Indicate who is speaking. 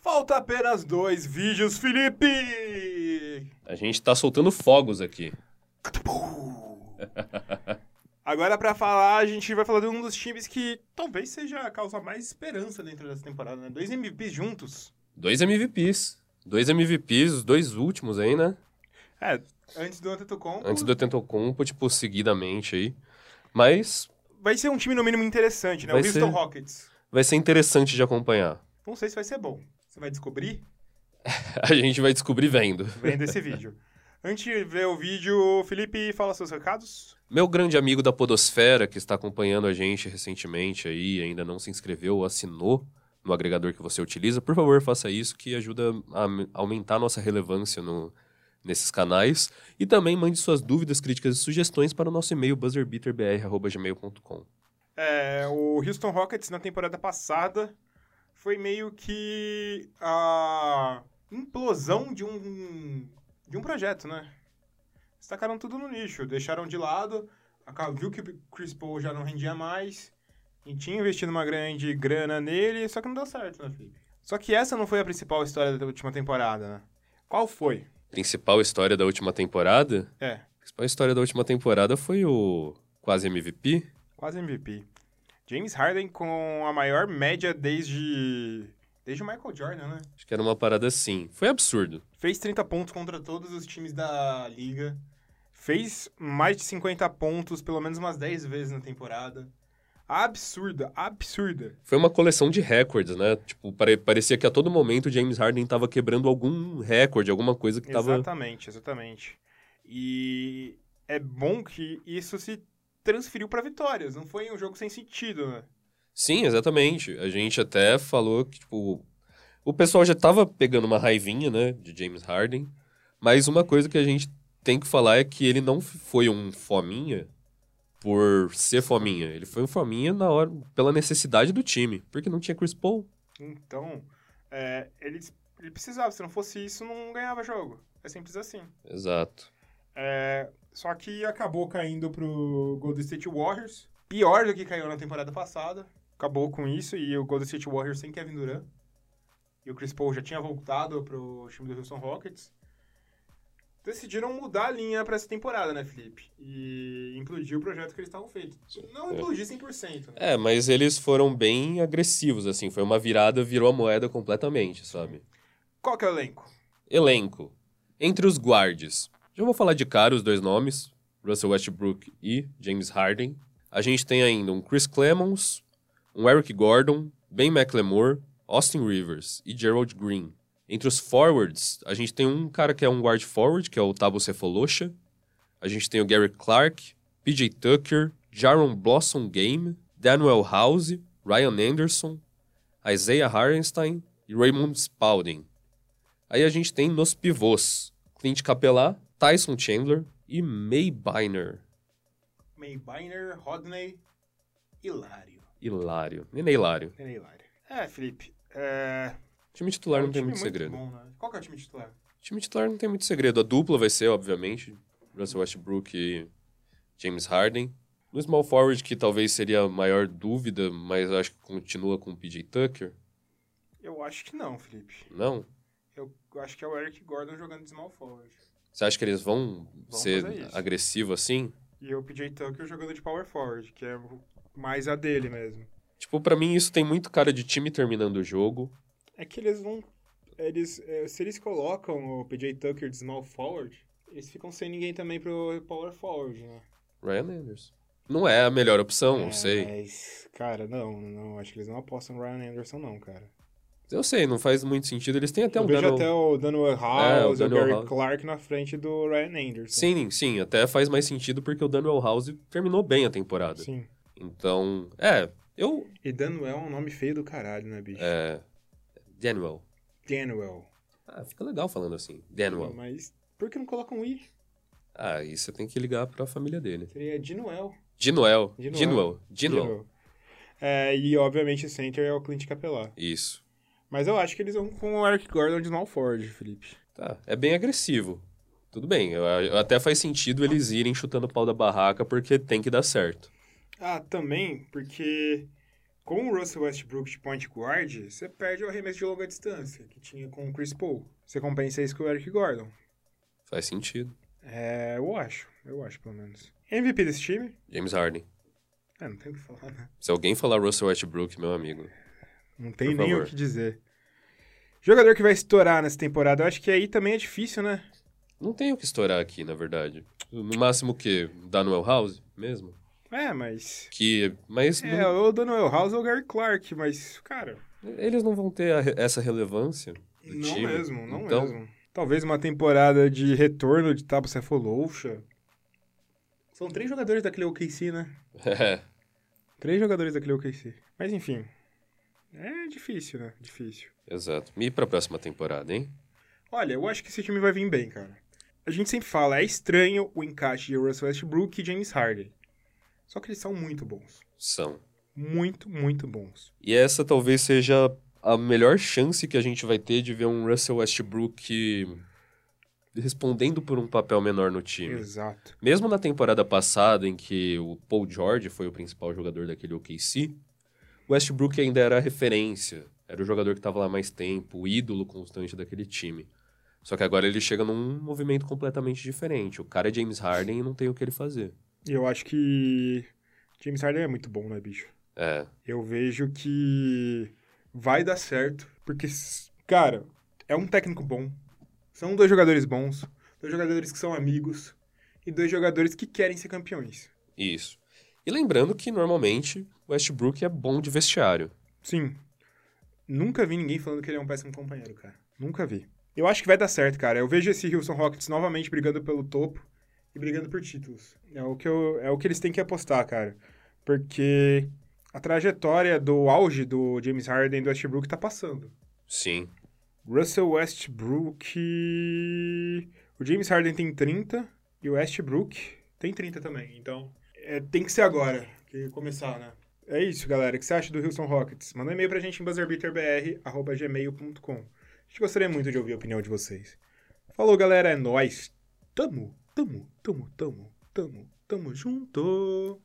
Speaker 1: Falta apenas dois vídeos, Felipe!
Speaker 2: A gente tá soltando fogos aqui.
Speaker 1: Agora, pra falar, a gente vai falar de um dos times que talvez seja a causa mais esperança dentro dessa temporada, né? Dois MVPs juntos.
Speaker 2: Dois MVPs. Dois MVPs, os dois últimos aí, né?
Speaker 1: É, antes do Antetokounmpo,
Speaker 2: Antes do Tentocompo, tipo, seguidamente aí. Mas
Speaker 1: vai ser um time no mínimo interessante, né?
Speaker 2: Vai
Speaker 1: o Houston
Speaker 2: ser.
Speaker 1: Rockets.
Speaker 2: vai ser interessante de acompanhar.
Speaker 1: Não sei se vai ser bom. Você vai descobrir
Speaker 2: A gente vai descobrir vendo.
Speaker 1: vendo esse vídeo. Antes de ver o vídeo, Felipe, fala seus recados.
Speaker 2: Meu grande amigo da Podosfera, que está acompanhando a gente recentemente aí, ainda não se inscreveu ou assinou no agregador que você utiliza, por favor, faça isso, que ajuda a am- aumentar a nossa relevância no- nesses canais. E também mande suas dúvidas, críticas e sugestões para o nosso e-mail buzzerbeaterbr.gmail.com.
Speaker 1: É, o Houston Rockets na temporada passada foi meio que a implosão de um de um projeto, né? Estacaram tudo no lixo, deixaram de lado, aca- viu que o Chris Paul já não rendia mais e tinha investido uma grande grana nele, só que não deu certo, né, Felipe? Só que essa não foi a principal história da última temporada, né? Qual foi?
Speaker 2: Principal história da última temporada?
Speaker 1: É,
Speaker 2: A principal história da última temporada foi o quase MVP.
Speaker 1: quase MVP. James Harden com a maior média desde desde o Michael Jordan, né?
Speaker 2: Acho que era uma parada assim. Foi absurdo.
Speaker 1: Fez 30 pontos contra todos os times da liga. Fez mais de 50 pontos, pelo menos umas 10 vezes na temporada. Absurda, absurda.
Speaker 2: Foi uma coleção de recordes, né? Tipo, pare- parecia que a todo momento o James Harden tava quebrando algum recorde, alguma coisa que tava.
Speaker 1: Exatamente, exatamente. E é bom que isso se transferiu pra vitórias. Não foi um jogo sem sentido, né?
Speaker 2: Sim, exatamente. A gente até falou que, tipo, o pessoal já tava pegando uma raivinha, né, de James Harden. Mas uma coisa que a gente tem que falar é que ele não f- foi um fominha por ser fominha. Ele foi um fominha na hora, pela necessidade do time. Porque não tinha Chris Paul.
Speaker 1: Então, é, ele, ele precisava. Se não fosse isso, não ganhava jogo. É simples assim.
Speaker 2: Exato.
Speaker 1: É, só que acabou caindo pro Golden State Warriors. Pior do que caiu na temporada passada. Acabou com isso e o Golden State Warriors sem Kevin Durant. E o Chris Paul já tinha voltado pro time do Houston Rockets. Decidiram mudar a linha pra essa temporada, né, Felipe? E implodir o projeto que eles estavam feito. Não
Speaker 2: É.
Speaker 1: implodir 100%, né?
Speaker 2: É, mas eles foram bem agressivos, assim. Foi uma virada, virou a moeda completamente, sabe?
Speaker 1: Qual que é o elenco?
Speaker 2: Elenco. Entre os guardes. Já vou falar de cara os dois nomes. Russell Westbrook e James Harden. A gente tem ainda um Chris Clemons, um Eric Gordon, Ben McLemore, Austin Rivers e Gerald Green. Entre os forwards, a gente tem um cara que é um guard forward, que é o Tabo Cefolosha. A gente tem o Gary Clark, PJ Tucker, Jaron Blossom Game, Daniel House, Ryan Anderson, Isaiah Hartenstein e Raymond Spalding. Aí a gente tem nos pivôs Clint Capelá, Tyson Chandler e May Biner.
Speaker 1: Maybiner, Rodney, Hilário.
Speaker 2: Hilário. Nenê Hilário.
Speaker 1: Nenê Hilário. É, Felipe. É...
Speaker 2: Time titular
Speaker 1: é um
Speaker 2: não tem
Speaker 1: time
Speaker 2: muito segredo.
Speaker 1: Bom, né? Qual que é o time titular?
Speaker 2: Time titular não tem muito segredo. A dupla vai ser, obviamente, Russell Westbrook e James Harden. No small forward, que talvez seria a maior dúvida, mas acho que continua com o PJ Tucker.
Speaker 1: Eu acho que não, Felipe.
Speaker 2: Não?
Speaker 1: Eu acho que é o Eric Gordon jogando de small forward.
Speaker 2: Você acha que eles vão,
Speaker 1: Vão
Speaker 2: ser
Speaker 1: fazer isso.
Speaker 2: agressivos assim?
Speaker 1: E o PJ Tucker jogando de power forward, que é o- mais a dele mesmo.
Speaker 2: Tipo, pra mim isso tem muito cara de time terminando o jogo.
Speaker 1: É que eles vão... Eles, é, se eles colocam o PJ Tucker de small forward, eles ficam sem ninguém também pro power forward, né?
Speaker 2: Ryan Anderson. Não é a melhor opção, eu sei.
Speaker 1: É, Mas, cara, não, não. Acho que eles não apostam no Ryan Anderson, não, cara.
Speaker 2: Eu sei, não faz muito sentido. Eles têm até
Speaker 1: Eu
Speaker 2: um
Speaker 1: vejo
Speaker 2: dano.
Speaker 1: até o Daniel House,
Speaker 2: É, o
Speaker 1: o,
Speaker 2: Daniel
Speaker 1: Gary
Speaker 2: House.
Speaker 1: Clark na frente do Ryan Anderson.
Speaker 2: Sim, sim, até faz mais sentido porque o Daniel House terminou bem a temporada.
Speaker 1: Sim.
Speaker 2: Então, é, eu.
Speaker 1: E Daniel é um nome feio do caralho, né, bicho?
Speaker 2: É. Daniel.
Speaker 1: Daniel.
Speaker 2: Ah, fica legal falando assim. Daniel.
Speaker 1: Mas por que não colocam I?
Speaker 2: Ah, aí você tem que ligar pra família dele.
Speaker 1: Seria de Noel.
Speaker 2: De Noel.
Speaker 1: De
Speaker 2: De
Speaker 1: Noel.
Speaker 2: Noel. De Noel.
Speaker 1: É, e, obviamente, o center é o Clint Capelá.
Speaker 2: Isso.
Speaker 1: Mas eu acho que eles vão com o Eric Gordon de Small Ford, Felipe.
Speaker 2: Tá. É bem agressivo. Tudo bem, eu- eu- até faz sentido eles irem chutando o pau da barraca porque tem que dar certo.
Speaker 1: Ah, também, porque com o Russell Westbrook de point guard, você perde o arremesso de longa distância que tinha com o Chris Paul. Você compensa isso com o Eric Gordon.
Speaker 2: Faz sentido.
Speaker 1: É, eu acho. Eu acho, pelo menos. MVP desse time?
Speaker 2: James Harden.
Speaker 1: É, não tem o que falar, né?
Speaker 2: Se alguém falar Russell Westbrook, meu amigo.
Speaker 1: Não tem
Speaker 2: Por
Speaker 1: nem o
Speaker 2: favor.
Speaker 1: que dizer. Jogador que vai estourar nessa temporada, eu acho que aí também é difícil, né?
Speaker 2: Não tem o que estourar aqui, na verdade. No máximo o quê? Daniel House mesmo?
Speaker 1: É, mas.
Speaker 2: Que. Mas
Speaker 1: É,
Speaker 2: não-
Speaker 1: ou o Daniel House ou o Gary Clark, mas, cara.
Speaker 2: eles não vão ter a re- essa relevância. Do
Speaker 1: Não
Speaker 2: time.
Speaker 1: mesmo, não
Speaker 2: Então-
Speaker 1: mesmo. Talvez uma temporada de retorno de Tabo Cefoloucha. São três jogadores daquele OKC, né?
Speaker 2: É.
Speaker 1: Três jogadores daquele OKC. Mas enfim. É difícil, né? Difícil.
Speaker 2: Exato. E pra próxima temporada, hein?
Speaker 1: Olha, eu acho que esse time vai vir bem, cara. A gente sempre fala, é estranho o encaixe de Russell Westbrook e James Harden. Só que eles são muito bons.
Speaker 2: São.
Speaker 1: Muito, muito bons.
Speaker 2: E essa talvez seja a melhor chance que a gente vai ter de ver um Russell Westbrook respondendo por um papel menor no time.
Speaker 1: Exato.
Speaker 2: Mesmo na temporada passada, em que o Paul George foi o principal jogador daquele OKC, o Westbrook ainda era a referência. Era o jogador que estava lá mais tempo, o ídolo constante daquele time. Só que agora ele chega num movimento completamente diferente. O cara é James Harden e não tem o que ele fazer.
Speaker 1: E eu acho que James Harden é muito bom, né, bicho?
Speaker 2: É,
Speaker 1: Eu vejo que vai dar certo, porque, s- cara, é um técnico bom. São dois jogadores bons, dois jogadores que são amigos e dois jogadores que querem ser campeões.
Speaker 2: isso. E lembrando que normalmente o Westbrook é bom de vestiário.
Speaker 1: Sim. Nunca vi ninguém falando que ele é um péssimo companheiro, cara. Nunca vi. Eu acho que vai dar certo, cara. Eu vejo esse Houston Rockets novamente brigando pelo topo e brigando por títulos. É o que, eu, é o que eles têm que apostar, cara. Porque a trajetória do auge do James Harden e do Westbrook tá passando.
Speaker 2: Sim.
Speaker 1: Russell Westbrook. O James Harden tem 30 e o Westbrook tem 30 também. Então, é, tem que ser agora que começar, né? É isso, galera. O que você acha do Houston Rockets? Manda um e-mail pra gente em buzzerbeaterbr.gmail.com. A gente gostaria muito de ouvir a opinião de vocês. Falou, galera. É nóis. Tamo, tamo, tamo, tamo, tamo, tamo junto.